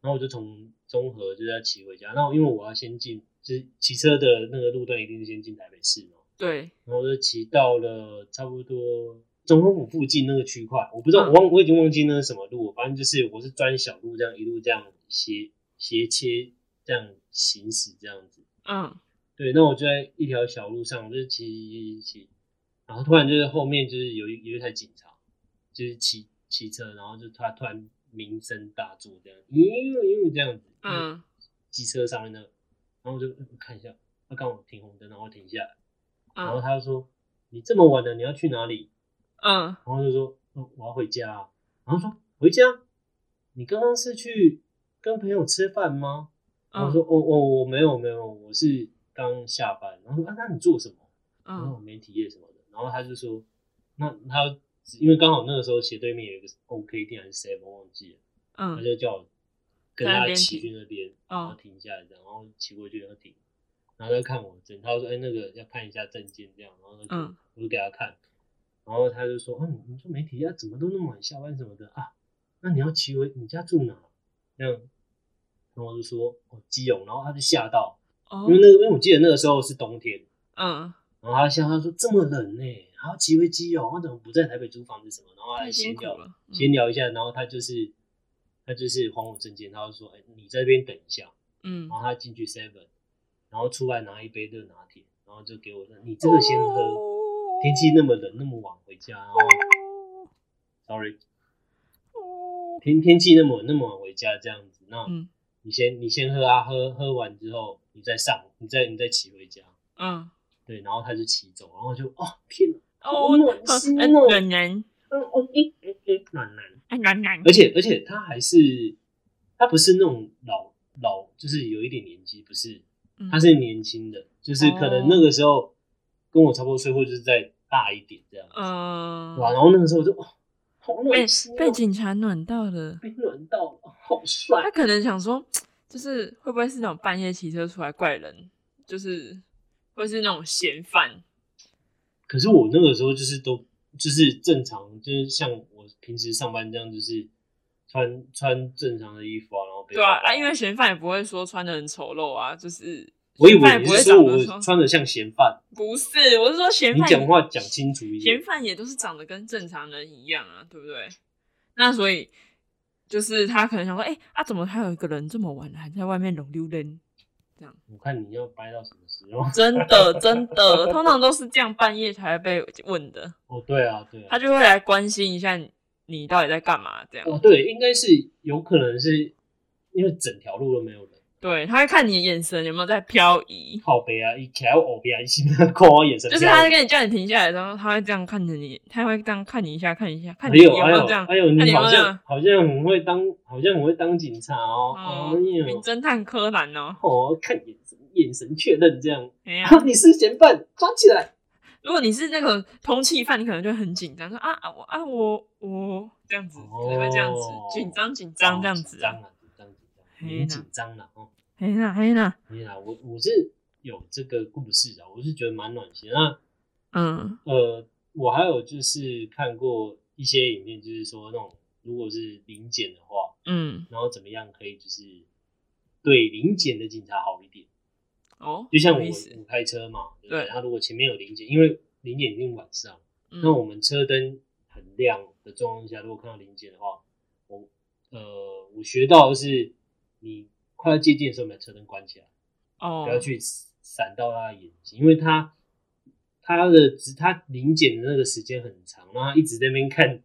[SPEAKER 1] 然后我就从中和就要骑回家，那因为我要先进，就是骑车的那个路段一定是先进台北市嘛，
[SPEAKER 2] 对，
[SPEAKER 1] 然后我就骑到了差不多总统府附近那个区块，我不知道、
[SPEAKER 2] 嗯
[SPEAKER 1] 我忘我已经忘记那是什么路，反正就是我是钻小路这样一路这样斜斜切这样行驶这样子。
[SPEAKER 2] 嗯
[SPEAKER 1] 对，那我就在一条小路上，我就骑骑骑，然后突然就是后面就是有一有一台警察，就是骑骑车，然后就他突然鸣声大作这样，咦咦这样子，，
[SPEAKER 2] 嗯
[SPEAKER 1] 机车上面那个，然后我就、嗯看一下，他刚好停红灯，然后我停下来，然后
[SPEAKER 2] 嗯
[SPEAKER 1] 他就说你这么晚了，你要去哪里？
[SPEAKER 2] 嗯
[SPEAKER 1] 然后就说、嗯我要回家、啊，然后说回家，你刚刚是去跟朋友吃饭吗？然后说哦
[SPEAKER 2] 嗯
[SPEAKER 1] 哦我没有没有，我是刚下班。然后说啊那你做什么？然后
[SPEAKER 2] 嗯
[SPEAKER 1] 媒体业什么的。然后他就说那他因为刚好那个时候斜对面有一个 OK 店还是 seven 忘记了，他
[SPEAKER 2] 嗯
[SPEAKER 1] 就叫我跟
[SPEAKER 2] 在那
[SPEAKER 1] 他
[SPEAKER 2] 边
[SPEAKER 1] 骑
[SPEAKER 2] 停
[SPEAKER 1] 去那边，
[SPEAKER 2] 哦
[SPEAKER 1] 然后停下来这样，然后骑过去然后停，然后他就看我证，他就说哎那个要看一下证件这样，然后他就
[SPEAKER 2] 嗯
[SPEAKER 1] 我就给他看，然后他就说，嗯、你做媒体要怎么都那么晚下班什么的啊？那你要骑回你家住哪？这样，然后我就说，哦，基隆，然后他就吓到，
[SPEAKER 2] 哦
[SPEAKER 1] 因为那个，因为我记得那个时候是冬天，
[SPEAKER 2] 嗯
[SPEAKER 1] 然后他吓，他说这么冷呢、还要骑回基隆，他怎么不在台北租房子什么？然后他
[SPEAKER 2] 太
[SPEAKER 1] 还
[SPEAKER 2] 辛
[SPEAKER 1] 闲
[SPEAKER 2] 苦
[SPEAKER 1] 聊，
[SPEAKER 2] 了，嗯
[SPEAKER 1] 闲聊一下，然后他就是他就是还我证件，他就说，哎、你在这边等一下，
[SPEAKER 2] 嗯
[SPEAKER 1] 然后他进去 seven，然后出来拿一杯热拿铁，然后就给我说，你这个先
[SPEAKER 2] 哦
[SPEAKER 1] 喝。天气那么冷，那么晚回家，然后，sorry，天天气那么冷那么晚回家这样子，那
[SPEAKER 2] 嗯
[SPEAKER 1] 你先你先喝啊，喝喝完之后你再上，你再你再骑回家，
[SPEAKER 2] 嗯
[SPEAKER 1] 对，然后他就骑走，然后就哦天哪，
[SPEAKER 2] 哦
[SPEAKER 1] 好暖心
[SPEAKER 2] 哎
[SPEAKER 1] 哦
[SPEAKER 2] 暖男
[SPEAKER 1] 嗯哦诶诶诶，暖男，
[SPEAKER 2] 哎暖男
[SPEAKER 1] 而且而且他还是他不是那种老老，就是有一点年纪，不是，
[SPEAKER 2] 嗯
[SPEAKER 1] 他是年轻的，就是可能那个时候跟我差不多岁，或者是再大一点这样子，
[SPEAKER 2] 嗯
[SPEAKER 1] 哇，然后那个时候我就哦，好
[SPEAKER 2] 被
[SPEAKER 1] 暖心哦、
[SPEAKER 2] 被警察暖到了，
[SPEAKER 1] 被暖到了，好帅哦
[SPEAKER 2] 他可能想说，就是会不会是那种半夜骑车出来怪人，就是会是那种嫌犯，
[SPEAKER 1] 可是我那个时候就是都就是正常，就是像我平时上班这样，就是穿穿正常的衣服啊，然后背
[SPEAKER 2] 对啊
[SPEAKER 1] 包包
[SPEAKER 2] 啊，因为嫌犯也不会说穿的很丑陋啊，就是
[SPEAKER 1] 我以
[SPEAKER 2] 嫌犯
[SPEAKER 1] 为
[SPEAKER 2] 也
[SPEAKER 1] 你
[SPEAKER 2] 不会
[SPEAKER 1] 是说
[SPEAKER 2] 长得
[SPEAKER 1] 我
[SPEAKER 2] 说
[SPEAKER 1] 穿的像嫌犯，
[SPEAKER 2] 不是，我是说嫌
[SPEAKER 1] 你
[SPEAKER 2] 犯
[SPEAKER 1] 讲话讲清楚一
[SPEAKER 2] 嫌
[SPEAKER 1] 点。
[SPEAKER 2] 犯也都是长得跟正常人一样啊，对不对？那所以就是他可能想说，哎、啊，怎么还有一个人这么晚了还在外面拢溜 人？
[SPEAKER 1] 我看你要掰到什么时候？
[SPEAKER 2] 真的真的，通常都是这样半夜才会被问的，
[SPEAKER 1] 哦，对啊，对
[SPEAKER 2] 他
[SPEAKER 1] 啊，
[SPEAKER 2] 就会来关心一下你你到底在干嘛这样。
[SPEAKER 1] 哦，对，应该是有可能是因为整条路都没有人，
[SPEAKER 2] 对，他会看你的眼神有没有在漂移，
[SPEAKER 1] 靠背啊，一开我边啊，一起看我眼神
[SPEAKER 2] 就
[SPEAKER 1] 飘，
[SPEAKER 2] 是他在跟你叫你停下来，然后他会这样看着你，他会这样看你一下，看你一下，看
[SPEAKER 1] 还
[SPEAKER 2] 你有
[SPEAKER 1] 有哎
[SPEAKER 2] 没
[SPEAKER 1] 还
[SPEAKER 2] 有
[SPEAKER 1] 有
[SPEAKER 2] 这样，
[SPEAKER 1] 还有，
[SPEAKER 2] 看你
[SPEAKER 1] 你
[SPEAKER 2] 有
[SPEAKER 1] 好
[SPEAKER 2] 没有这
[SPEAKER 1] 像
[SPEAKER 2] 样。
[SPEAKER 1] 好像很会当，好像很会当警察哦。
[SPEAKER 2] 哦
[SPEAKER 1] 哎呦
[SPEAKER 2] 你侦探柯南哦，
[SPEAKER 1] 哦，看眼神眼神确认这样，啊
[SPEAKER 2] 哎 呀，
[SPEAKER 1] 你是嫌犯，抓起来。
[SPEAKER 2] 如果你是那个通缉犯，你可能就会很紧张，说啊啊我啊我我这样子，可能会这样子
[SPEAKER 1] 哦
[SPEAKER 2] 紧张紧张这样子
[SPEAKER 1] 紧
[SPEAKER 2] 啊
[SPEAKER 1] 张，啊，紧张紧张，
[SPEAKER 2] 嘿
[SPEAKER 1] 你很
[SPEAKER 2] 呐
[SPEAKER 1] 紧张了哦。
[SPEAKER 2] 嘿啦嘿啦，
[SPEAKER 1] 哎呀，我我是有这个故事啊的，我是觉得蛮暖心的。那
[SPEAKER 2] 嗯
[SPEAKER 1] 呃，我还有就是看过一些影片，就是说那种如果是临检的话，
[SPEAKER 2] 嗯
[SPEAKER 1] 然后怎么样可以就是对临检的警察好一点。
[SPEAKER 2] 哦，
[SPEAKER 1] 就像我
[SPEAKER 2] 有意思
[SPEAKER 1] 我开车嘛，对不对，
[SPEAKER 2] 对
[SPEAKER 1] 他如果前面有临检，因为临检一定晚上。
[SPEAKER 2] 嗯
[SPEAKER 1] 那我们车灯很亮的状况下，如果看到零检的话，我呃，我学到的是，你快要接近的时候，把车灯关起来，
[SPEAKER 2] 哦
[SPEAKER 1] 不要去闪到他的眼睛，因为他他的只他零检的那个时间很长，然后他一直在那边看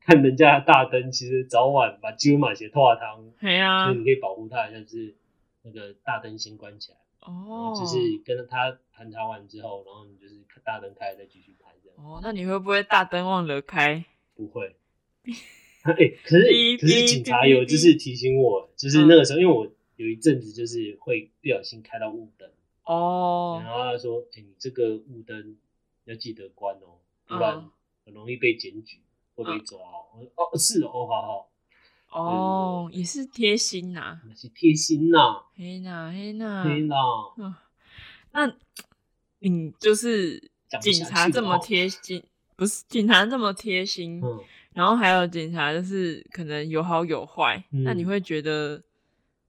[SPEAKER 1] 看人家的大灯，其实早晚把几乎买些脱汤，
[SPEAKER 2] 嘿啊
[SPEAKER 1] 所以你可以保护他一下，就是那个大灯先关起来。然后
[SPEAKER 2] 哦，
[SPEAKER 1] 就是跟他盘查完之后，然后你就是大灯开了再继续拍这样，
[SPEAKER 2] 哦，那你会不会大灯忘了开？
[SPEAKER 1] 不 会。哎、可是
[SPEAKER 2] 哔
[SPEAKER 1] 可是警察有就是提醒我，就是
[SPEAKER 2] 嗯
[SPEAKER 1] 那个时候，因为我有一阵子就是会不小心开到雾灯，
[SPEAKER 2] 哦
[SPEAKER 1] 然，后他说：“哎、你这个雾灯要记得关哦，不然
[SPEAKER 2] 嗯
[SPEAKER 1] 很容易被检举会被抓哦。我说：“哦，是哦，哦好好，
[SPEAKER 2] 哦，也是贴心呐、
[SPEAKER 1] 那是贴心呐、
[SPEAKER 2] 嘿呐，嘿呐，
[SPEAKER 1] 天呐、
[SPEAKER 2] 嗯，那你就是
[SPEAKER 1] 讲不
[SPEAKER 2] 警
[SPEAKER 1] 下
[SPEAKER 2] 察
[SPEAKER 1] 去
[SPEAKER 2] 这
[SPEAKER 1] 了
[SPEAKER 2] 么
[SPEAKER 1] 哦
[SPEAKER 2] 贴心，不是警察这么贴心，
[SPEAKER 1] 嗯，
[SPEAKER 2] 然后还有警察就是可能有好有坏，那你
[SPEAKER 1] 嗯
[SPEAKER 2] 会觉得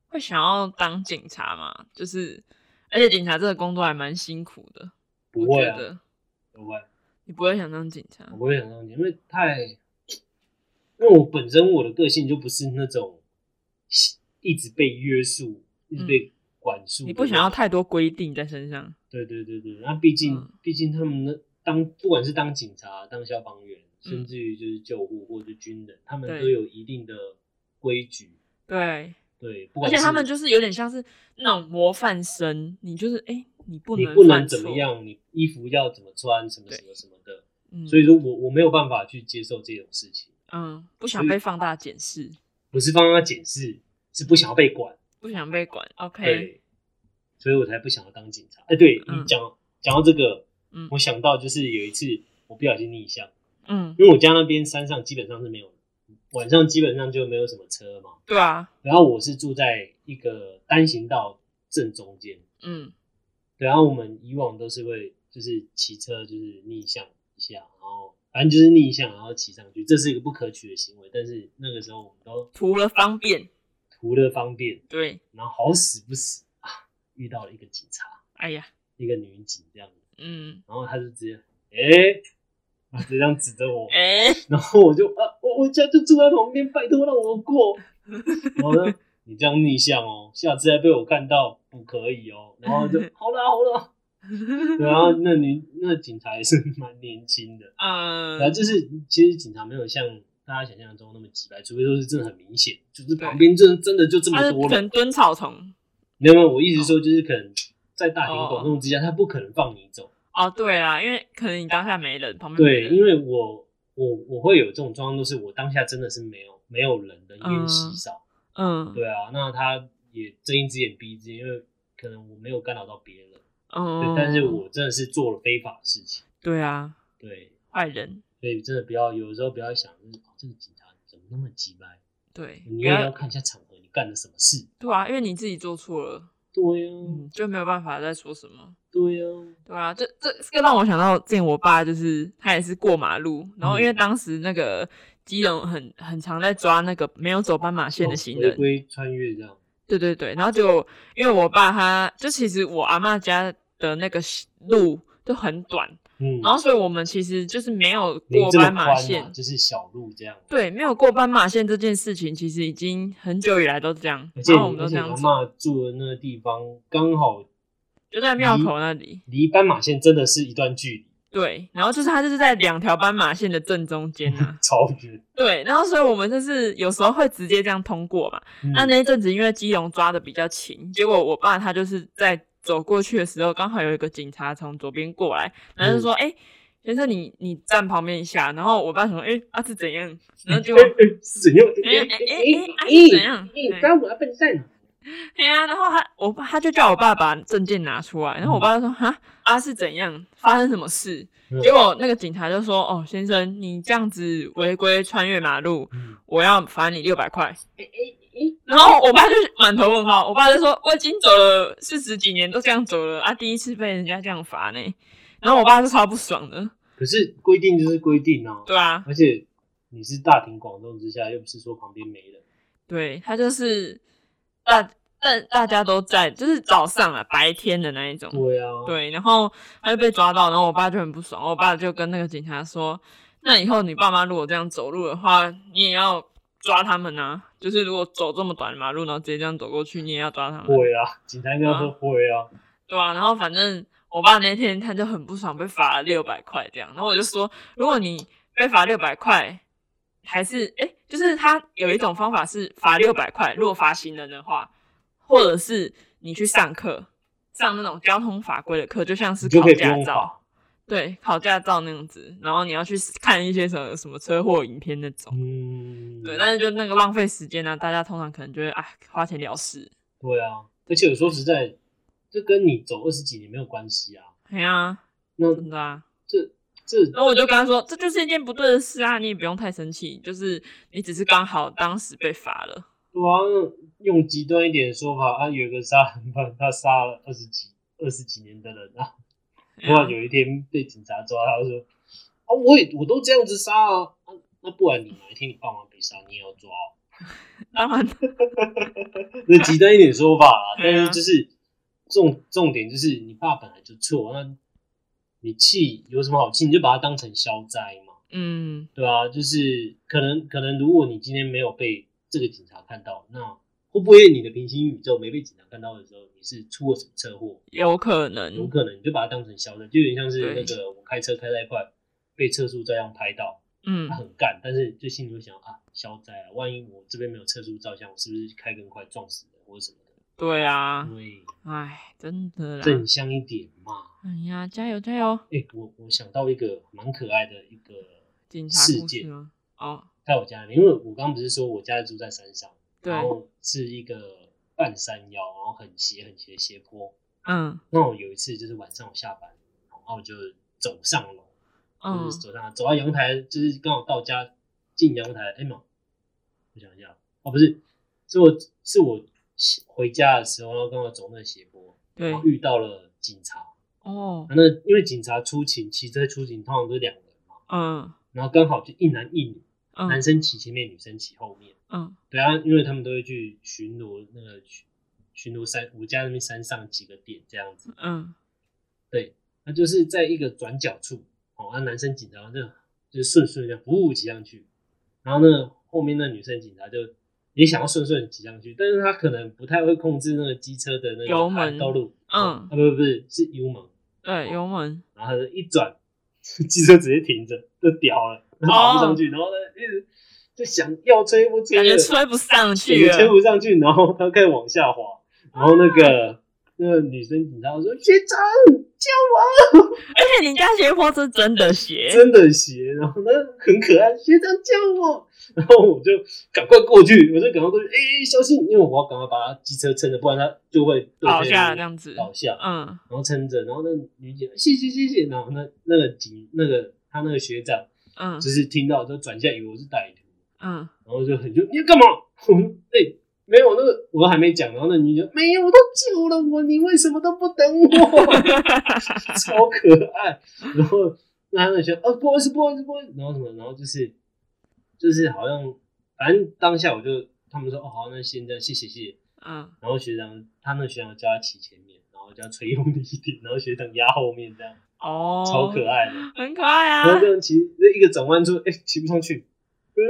[SPEAKER 2] 会想要当警察吗？就是而且警察这个工作还蛮辛苦的，
[SPEAKER 1] 不
[SPEAKER 2] 我
[SPEAKER 1] 会
[SPEAKER 2] 觉
[SPEAKER 1] 啊，
[SPEAKER 2] 得
[SPEAKER 1] 不会，
[SPEAKER 2] 你不会想当警察
[SPEAKER 1] 我不会想到你，因为太，因为我本身我的个性就不是那种一直被约束、一直被管束的那种、
[SPEAKER 2] 嗯你不想要太多规定在身上。
[SPEAKER 1] 对对对对，那毕竟、
[SPEAKER 2] 嗯
[SPEAKER 1] 毕竟他们呢，当不管是当警察、当消防员，甚
[SPEAKER 2] 嗯
[SPEAKER 1] 至于就是救护或者是军人，他们
[SPEAKER 2] 对
[SPEAKER 1] 都有一定的规矩。
[SPEAKER 2] 对，
[SPEAKER 1] 对，不
[SPEAKER 2] 而
[SPEAKER 1] 管
[SPEAKER 2] 且
[SPEAKER 1] 是
[SPEAKER 2] 他们就是有点像是那种模范生，你就是哎、诶你不
[SPEAKER 1] 你
[SPEAKER 2] 能
[SPEAKER 1] 不能
[SPEAKER 2] 犯
[SPEAKER 1] 怎么
[SPEAKER 2] 错，
[SPEAKER 1] 样，你衣服要怎么穿，什么
[SPEAKER 2] 对
[SPEAKER 1] 什么什么的。
[SPEAKER 2] 嗯、
[SPEAKER 1] 所以说我我没有办法去接受这种事情，
[SPEAKER 2] 嗯，不想
[SPEAKER 1] 所以
[SPEAKER 2] 被放大检视，
[SPEAKER 1] 不是帮他解释，是不想要被管。
[SPEAKER 2] 不想被管。OK，
[SPEAKER 1] 对，所以我才不想要当警察。哎、对
[SPEAKER 2] 嗯
[SPEAKER 1] 你讲讲、到这个，
[SPEAKER 2] 嗯
[SPEAKER 1] 我想到就是有一次我不小心逆向，
[SPEAKER 2] 嗯，
[SPEAKER 1] 因为我家那边山上基本上是没有，晚上基本上就没有什么车嘛。
[SPEAKER 2] 对啊，
[SPEAKER 1] 然后我是住在一个单行道正中间，
[SPEAKER 2] 嗯
[SPEAKER 1] 对，然后我们以往都是会就是骑车就是逆向一下，然后反正就是逆向，然后骑上去，这是一个不可取的行为。但是那个时候我们都
[SPEAKER 2] 图了方便。
[SPEAKER 1] 图了方便，
[SPEAKER 2] 对，
[SPEAKER 1] 然后好死不死啊，遇到了一个警察，
[SPEAKER 2] 哎呀，
[SPEAKER 1] 一个女警这样子，
[SPEAKER 2] 嗯，
[SPEAKER 1] 然后他就直接哎，他直接这样指着我，
[SPEAKER 2] 哎、
[SPEAKER 1] 然后我就啊，我我家就住在旁边，拜托让我 过。然后呢，你这样逆向哦，下次再被我看到不可以哦。然 后就好啦好啦，对然后那女那警察也是蛮年轻的，
[SPEAKER 2] 嗯，
[SPEAKER 1] 然后就是其实警察没有像大家想象中那么直白，除非说是真的很明显，就是旁边真的真的就这
[SPEAKER 2] 他
[SPEAKER 1] 么
[SPEAKER 2] 是
[SPEAKER 1] 多
[SPEAKER 2] 可
[SPEAKER 1] 人。
[SPEAKER 2] 能蹲草丛。
[SPEAKER 1] 没有没有，我意思说就是可能在大庭广众之下，他不可能放你走。
[SPEAKER 2] 哦，对啊，因为可能你当下没人，旁边没
[SPEAKER 1] 对，
[SPEAKER 2] 人
[SPEAKER 1] 因为我我我会有这种状况，都是我当下真的是没有没有人的，因为稀少。
[SPEAKER 2] 嗯
[SPEAKER 1] 对啊，那他也睁一只眼闭一只眼，因为可能我没有干扰到别人，对
[SPEAKER 2] 嗯，
[SPEAKER 1] 但是我真的是做了非法的事情，
[SPEAKER 2] 对啊，
[SPEAKER 1] 对，
[SPEAKER 2] 坏人，
[SPEAKER 1] 所以真的不要，有的时候不要想，就是哦，这个警察怎么那么急掰，
[SPEAKER 2] 对，
[SPEAKER 1] 你
[SPEAKER 2] 不
[SPEAKER 1] 也要
[SPEAKER 2] 要
[SPEAKER 1] 看一下场合，你干了什么事。
[SPEAKER 2] 对啊，因为你自己做错了，
[SPEAKER 1] 对呀、啊
[SPEAKER 2] 嗯，就没有办法再说什么。
[SPEAKER 1] 对呀、
[SPEAKER 2] 对啊，这这这个让我想到之前我爸就是他也是过马路，然后因为
[SPEAKER 1] 嗯
[SPEAKER 2] 当时那个基隆很很常在抓那个没有走斑马线的行人
[SPEAKER 1] 违，规穿越这样，
[SPEAKER 2] 哦对对对，然后就因为我爸他就其实我阿嬷家的那个路就很短，
[SPEAKER 1] 嗯，
[SPEAKER 2] 然后所以我们其实就是没有
[SPEAKER 1] 没
[SPEAKER 2] 过
[SPEAKER 1] 这么宽
[SPEAKER 2] 斑马
[SPEAKER 1] 啊
[SPEAKER 2] 线，
[SPEAKER 1] 就是小路这样。
[SPEAKER 2] 对，没有过斑马线这件事情其实已经很久以来都这样，
[SPEAKER 1] 而且
[SPEAKER 2] 然后我
[SPEAKER 1] 你而
[SPEAKER 2] 们都这
[SPEAKER 1] 且你
[SPEAKER 2] 样
[SPEAKER 1] 阿
[SPEAKER 2] 做，
[SPEAKER 1] 嬷住的那个地方刚好
[SPEAKER 2] 就在庙口那里，
[SPEAKER 1] 离斑马线真的是一段距离，
[SPEAKER 2] 对，然后就是他就是在两条斑马线的正中间啊。
[SPEAKER 1] 超远。
[SPEAKER 2] 对，然后所以我们就是有时候会直接这样通过嘛。
[SPEAKER 1] 嗯
[SPEAKER 2] 那那一阵子因为基隆抓的比较勤，结果我爸他就是在走过去的时候，刚好有一个警察从左边过来，然后就说：“
[SPEAKER 1] 嗯
[SPEAKER 2] 哎、先生你，你站旁边一下。”然后我爸想说：“哎、啊是怎样？”然后结果
[SPEAKER 1] 哎哎是怎样？
[SPEAKER 2] 哎哎哎哎啊
[SPEAKER 1] 哎
[SPEAKER 2] 是怎样
[SPEAKER 1] 哎，
[SPEAKER 2] 哎
[SPEAKER 1] 抓我啊笨蛋！
[SPEAKER 2] 对啊，然后他我爸他就叫我爸把证件拿出来，然后我爸就说哈啊是怎样发生什么事？
[SPEAKER 1] 嗯
[SPEAKER 2] 结果那个警察就说哦先生你这样子违规穿越马路，
[SPEAKER 1] 嗯
[SPEAKER 2] 我要罚你六百块。
[SPEAKER 1] 哎哎
[SPEAKER 2] 然后我爸就满头问号，我爸就说我已经走了四十几年都这样走了啊，第一次被人家这样罚呢。然后我爸就超不爽的，
[SPEAKER 1] 可是规定就是规定啊，
[SPEAKER 2] 对啊，
[SPEAKER 1] 而且你是大庭广众之下，又不是说旁边没人。
[SPEAKER 2] 对他就是大大大家都在，就是早上啊白天的那一种，
[SPEAKER 1] 对啊，，
[SPEAKER 2] 对，然后他就被抓到，然后我爸就很不爽，我爸就跟那个警察说：“那以后你爸妈如果这样走路的话，你也要抓他们啊！就是如果走这么短的马路，然后直接这样走过去，你也要抓他们，
[SPEAKER 1] 会啊，警察应该说
[SPEAKER 2] 啊
[SPEAKER 1] 会啊，
[SPEAKER 2] 对啊，然后反正我爸那天他就很不爽，被罚了六百块这样。然后我就说，如果你被罚六百块，还是哎、就是他有一种方法是罚六百块，如果罚行人的话，或者是你去上课，上那种交通法规的课，就像是
[SPEAKER 1] 你就
[SPEAKER 2] 考
[SPEAKER 1] 可以不
[SPEAKER 2] 驾
[SPEAKER 1] 用
[SPEAKER 2] 照
[SPEAKER 1] 考，
[SPEAKER 2] 对，考驾照那样子，然后你要去看一些什么什么车祸影片那种，
[SPEAKER 1] 嗯，
[SPEAKER 2] 哦对，但是就那个浪费时间呢、大家通常可能就会哎花钱了事，
[SPEAKER 1] 对啊，而且我说实在，这跟你走二十几年没有关系啊。
[SPEAKER 2] 哎呀，
[SPEAKER 1] 那
[SPEAKER 2] 真的啊。
[SPEAKER 1] 这这
[SPEAKER 2] 然后我就跟他说，这就是一件不对的事啊，你也不用太生气，就是你只是刚好当时被罚了。
[SPEAKER 1] 对啊，用极端一点的说法，啊，有一个杀人犯，他杀了二十几二十几年的人 啊，
[SPEAKER 2] 哎
[SPEAKER 1] 突然
[SPEAKER 2] 呀
[SPEAKER 1] 有一天被警察抓，他就说啊，我也我都这样子杀啊，啊那不然你哪一天你爸妈被杀，你也要抓、哦。
[SPEAKER 2] 当然，
[SPEAKER 1] 那极端一点说法啦，
[SPEAKER 2] 对
[SPEAKER 1] 但是
[SPEAKER 2] 啊
[SPEAKER 1] 就是重重点就是你爸本来就错，那你气有什么好气？你就把它当成消灾嘛，
[SPEAKER 2] 嗯，
[SPEAKER 1] 对吧、就是可能可能如果你今天没有被这个警察看到，那会不会你的平行宇宙没被警察看到的时候，你是出了什么车祸？
[SPEAKER 2] 有可能，
[SPEAKER 1] 有可能你就把它当成消灾，就有点像是
[SPEAKER 2] 嗯对
[SPEAKER 1] 那个我开车开太快被测速照样拍到，
[SPEAKER 2] 嗯
[SPEAKER 1] 他，很干，但是就心里会想啊，消灾啊，万一我这边没有测速照相，我是不是开更快撞死人或者什么的？
[SPEAKER 2] 对啊，
[SPEAKER 1] 对，
[SPEAKER 2] 哎，真的啦，
[SPEAKER 1] 正向一点嘛。
[SPEAKER 2] 哎呀，加油加油，
[SPEAKER 1] 哎、我我想到一个蛮可爱的一个，
[SPEAKER 2] 警察
[SPEAKER 1] 事
[SPEAKER 2] 故事
[SPEAKER 1] 件
[SPEAKER 2] 吗？哦，
[SPEAKER 1] 在我家里面，因为我刚刚不是说我家住在山上，
[SPEAKER 2] 对，
[SPEAKER 1] 然后是一个半山腰，然后很斜很斜的斜坡。
[SPEAKER 2] 嗯
[SPEAKER 1] 那我有一次就是晚上我下班，然后我就走上楼，
[SPEAKER 2] 嗯
[SPEAKER 1] 就是走上走到阳台，就是刚好到家进阳台，哎、妈，我想一下，哦不是，是我是我回家的时候，然后刚好走那个斜坡，
[SPEAKER 2] 对
[SPEAKER 1] 然后遇到了警察。
[SPEAKER 2] 哦，
[SPEAKER 1] 那因为警察出勤骑车出勤通常都是两个人嘛，
[SPEAKER 2] 嗯
[SPEAKER 1] 然后刚好就一男一女，
[SPEAKER 2] 嗯
[SPEAKER 1] 男生骑前面，女生骑后面。
[SPEAKER 2] 嗯
[SPEAKER 1] 对啊，因为他们都会去巡逻那个巡巡逻山，我家那边山上几个点这样子。
[SPEAKER 2] 嗯
[SPEAKER 1] 对，那就是在一个转角处，哦，那男生警察就就顺顺的服务骑上去，然后呢后面那女生警察就也想要顺顺地骑上去，但是他可能不太会控制那个机车的那个
[SPEAKER 2] 油门
[SPEAKER 1] 盘道路，
[SPEAKER 2] 嗯
[SPEAKER 1] 啊不不不是是油门，
[SPEAKER 2] 对，油门，
[SPEAKER 1] 然后他就一转， 机车直接停着，就屌了，然后爬不上去，然后呢一直就想要吹不吹
[SPEAKER 2] 哦感觉
[SPEAKER 1] 了，
[SPEAKER 2] 吹不上
[SPEAKER 1] 感
[SPEAKER 2] 去
[SPEAKER 1] 觉吹
[SPEAKER 2] 了，
[SPEAKER 1] 不上去，然后他开始往下滑，然后那
[SPEAKER 2] 啊
[SPEAKER 1] 个那个女生警察说：“学长，救
[SPEAKER 2] 而且你家斜坡是真的斜
[SPEAKER 1] 我！”，真的斜，然后呢很可爱，学长救我， 然后我就赶快过去，我就赶快过去，哎、小心，因为我要赶快把他机车撑着，不然他就会
[SPEAKER 2] 倒下
[SPEAKER 1] 对
[SPEAKER 2] 这样子，
[SPEAKER 1] 倒下，
[SPEAKER 2] 嗯
[SPEAKER 1] 然后撑着，然后那女警谢谢谢谢，然后那那个警那个他那个学长。
[SPEAKER 2] 嗯
[SPEAKER 1] 只是听到就转向以为我是歹徒，
[SPEAKER 2] 嗯，
[SPEAKER 1] 然后就很就你要干嘛？ 我说哎、没有，那个我都还没讲，然后那女的没有，我都救了我，你为什么都不等我？
[SPEAKER 2] 嗯
[SPEAKER 1] 超可爱。然后那他那些哦，不好意思，不好意思，不好意思，然后什么，然后就是就是好像反正当下我就他们说哦好，那先这样，谢谢谢谢。
[SPEAKER 2] 嗯
[SPEAKER 1] 然后学长他那学长叫他骑前面，然后叫他吹用力一点，然后学长压后面这样，
[SPEAKER 2] 哦，
[SPEAKER 1] 超可，爱的。
[SPEAKER 2] 很可爱啊
[SPEAKER 1] 然，后这样骑，这一个转弯处，哎、骑不上去，呃，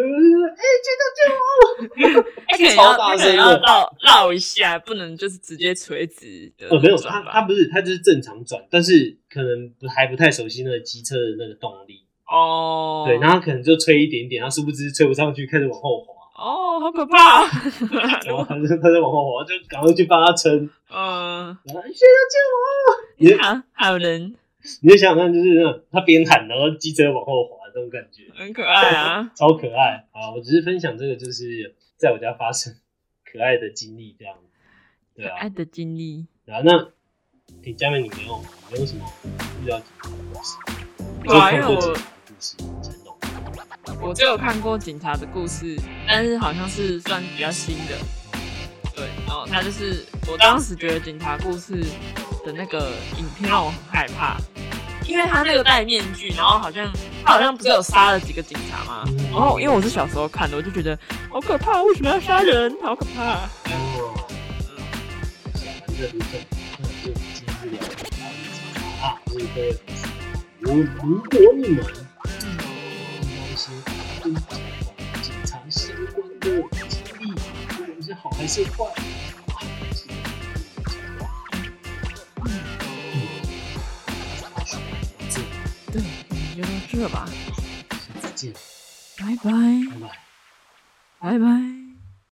[SPEAKER 1] 哎、
[SPEAKER 2] 哎，可能
[SPEAKER 1] 超
[SPEAKER 2] 要
[SPEAKER 1] 大
[SPEAKER 2] 可能
[SPEAKER 1] 声
[SPEAKER 2] 要
[SPEAKER 1] 的
[SPEAKER 2] 绕绕一下，不能就是直接垂直的
[SPEAKER 1] 哦，没有，
[SPEAKER 2] 转
[SPEAKER 1] 他
[SPEAKER 2] 吧
[SPEAKER 1] 他不是，他就是正常转，但是可能不还不太熟悉那个机车的那个动力，
[SPEAKER 2] 哦，
[SPEAKER 1] 对，然后可能就吹一点点，然后殊不知吹不上去，开始往后滑，
[SPEAKER 2] 哦，好可怕，
[SPEAKER 1] 然后他就他就往后滑，就赶快去帮他撑，
[SPEAKER 2] 嗯，
[SPEAKER 1] 然后哎学长救我，你就
[SPEAKER 2] 好好人，
[SPEAKER 1] 你就想想看，就是那种他边喊，然后机车往后滑这种感觉，
[SPEAKER 2] 很可爱啊。
[SPEAKER 1] 超可爱啊！我只是分享这个，就是在我家发生 可爱的经历这样， 对啊，
[SPEAKER 2] 爱的经历。
[SPEAKER 1] 然后那你家面你没有没有什么遇到警察的故事？
[SPEAKER 2] 对啊
[SPEAKER 1] 就看过警察
[SPEAKER 2] 因为我
[SPEAKER 1] 的故事成龙，
[SPEAKER 2] 我就有看过警察的故事，但是好像是算比较新的。对，然后他就是我当时觉得警察故事的那个影片让我很害怕，因为他那个戴面具，然后好像他好像不是有杀了几个警察吗？
[SPEAKER 1] 嗯
[SPEAKER 2] 然后因为我是小时候看的，我就觉得好可怕，为什么要杀人？好可怕。
[SPEAKER 1] 哦，
[SPEAKER 2] 嗯，
[SPEAKER 1] 讲完这部分，那就今天就聊到这里啊！我是各位粉丝，如如果你们遇到一些跟警察相关的经历，不管是好还是坏，啊，记得跟我们讲嗯，嗯这
[SPEAKER 2] 对，就到这吧，
[SPEAKER 1] 下次见，
[SPEAKER 2] 拜拜，
[SPEAKER 1] 拜拜。
[SPEAKER 2] 拜拜。